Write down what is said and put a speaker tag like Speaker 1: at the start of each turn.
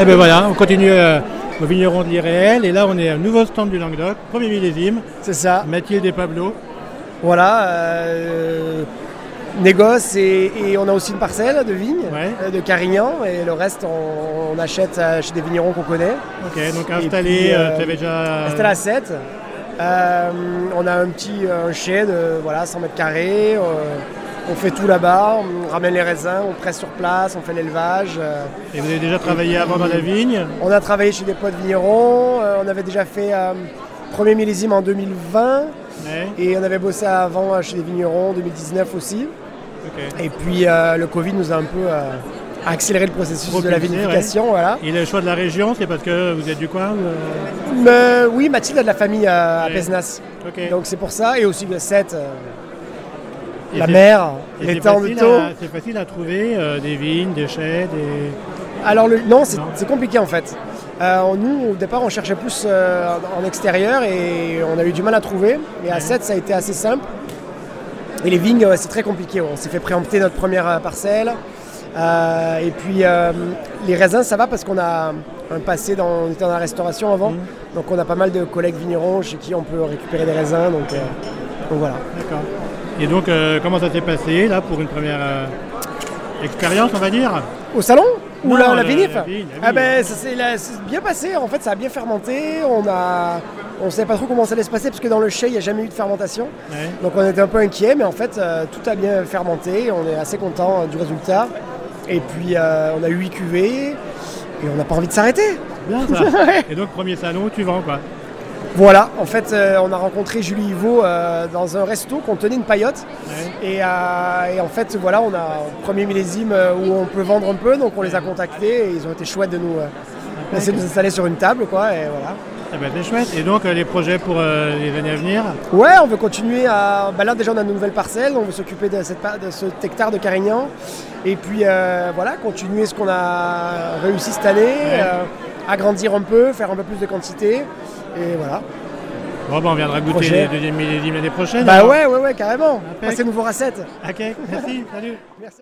Speaker 1: Et ben voilà, on continue euh, au vigneron de l'Irréel. Et là, on est à un nouveau stand du Languedoc, premier millésime.
Speaker 2: C'est ça.
Speaker 1: Mathilde et Pablo.
Speaker 2: Voilà. euh, négoce et, et on a aussi une parcelle de vignes,
Speaker 1: Ouais.
Speaker 2: euh, de Carignan. Et le reste, on, on achète euh, chez des vignerons qu'on connaît.
Speaker 1: Ok, donc
Speaker 2: Et
Speaker 1: installé,
Speaker 2: puis,
Speaker 1: euh,
Speaker 2: euh,
Speaker 1: tu avais déjà.
Speaker 2: C'était la 7. Euh, on a un petit euh, un chai de voilà, 100 mètres carrés. euh, on fait tout là-bas. On ramène les raisins, on presse sur place, on fait l'élevage. euh,
Speaker 1: Et vous avez déjà travaillé avant dans la vigne
Speaker 2: On a travaillé chez des potes vignerons, euh, on avait déjà fait euh, premier millésime en 2020
Speaker 1: Ouais,
Speaker 2: et on avait bossé avant euh, chez des vignerons en 2019 aussi.
Speaker 1: ok.
Speaker 2: Et puis euh, le Covid nous a un peu euh, accéléré le processus de la
Speaker 1: Propulsé,
Speaker 2: vinification. Voilà.
Speaker 1: Et le choix de la région, c'est parce que vous êtes du coin ou, euh,
Speaker 2: Mais oui, Mathilde a de la famille euh, à
Speaker 1: Ouais.
Speaker 2: Pézenas.
Speaker 1: euh, Ok.
Speaker 2: Donc c'est pour ça, et aussi le 7, euh,
Speaker 1: Et
Speaker 2: la
Speaker 1: c'est-
Speaker 2: mer,
Speaker 1: et euh,
Speaker 2: les
Speaker 1: c'est
Speaker 2: temps de
Speaker 1: facile
Speaker 2: taux.
Speaker 1: à- C'est facile à trouver euh, des vignes, des chais, des.
Speaker 2: Alors le, non, c'est
Speaker 1: Non.
Speaker 2: c'est compliqué en fait. Euh, on- nous, au départ, on cherchait plus euh, en extérieur et on a eu du mal à trouver. Et à
Speaker 1: Ouais.
Speaker 2: 7, ça a été assez simple. Et les vignes, euh, c'est très compliqué. On s'est fait préempter notre première euh, parcelle. Euh, et puis euh, les raisins, ça va parce qu'on a un passé dans, on était dans la restauration avant.
Speaker 1: Mhm.
Speaker 2: Donc on a pas mal de collègues vignerons chez qui on peut récupérer des raisins. Donc, euh, donc voilà.
Speaker 1: D'accord. Et donc, euh, comment ça s'est passé là pour une première euh, expérience, on va dire
Speaker 2: Au salon Ou
Speaker 1: Non,
Speaker 2: là, la,
Speaker 1: la-
Speaker 2: vinif
Speaker 1: la vigne, la
Speaker 2: Ah
Speaker 1: vigne.
Speaker 2: ben, ça s'est la- c'est bien passé. En fait, ça a bien fermenté. On a, on savait pas trop comment ça allait se passer parce que dans le chai, il n'y a jamais eu de fermentation.
Speaker 1: Ouais.
Speaker 2: Donc on était un peu inquiet, mais en fait, euh, tout a bien fermenté. On est assez content euh, du résultat. Et puis, euh, on a eu 8 cuvées et on n'a pas envie de s'arrêter.
Speaker 1: Bien ça. Et donc, premier salon, tu vends quoi
Speaker 2: Voilà. En fait, euh, on a rencontré Julie Ivo euh, dans un resto qu'on tenait une paillote.
Speaker 1: Ouais.
Speaker 2: Et, euh, et en fait, voilà, on a un premier millésime euh, où on peut vendre un peu, donc on les a contactés et ils ont été chouettes de nous euh, laisser nous installer sur une table, quoi, et voilà.
Speaker 1: Ah bah, c'est chouette. Et donc, euh, les projets pour euh, les années à venir
Speaker 2: Ouais, on veut continuer à. Bah là, déjà, on a une nouvelle parcelle, on veut s'occuper de, cette pa- de ce hectare de Carignan. Et puis, euh, voilà, continuer ce qu'on a réussi cette année, euh, agrandir un peu, faire un peu plus de quantité, et voilà.
Speaker 1: Bon, bah, on viendra goûter
Speaker 2: Projet.
Speaker 1: les deuxièmes millésimes l'année prochaine.
Speaker 2: Bah
Speaker 1: alors.
Speaker 2: ouais, ouais, ouais, carrément.
Speaker 1: Impec.
Speaker 2: Passez-nous vos recettes.
Speaker 1: Ok, merci, salut.
Speaker 2: Merci.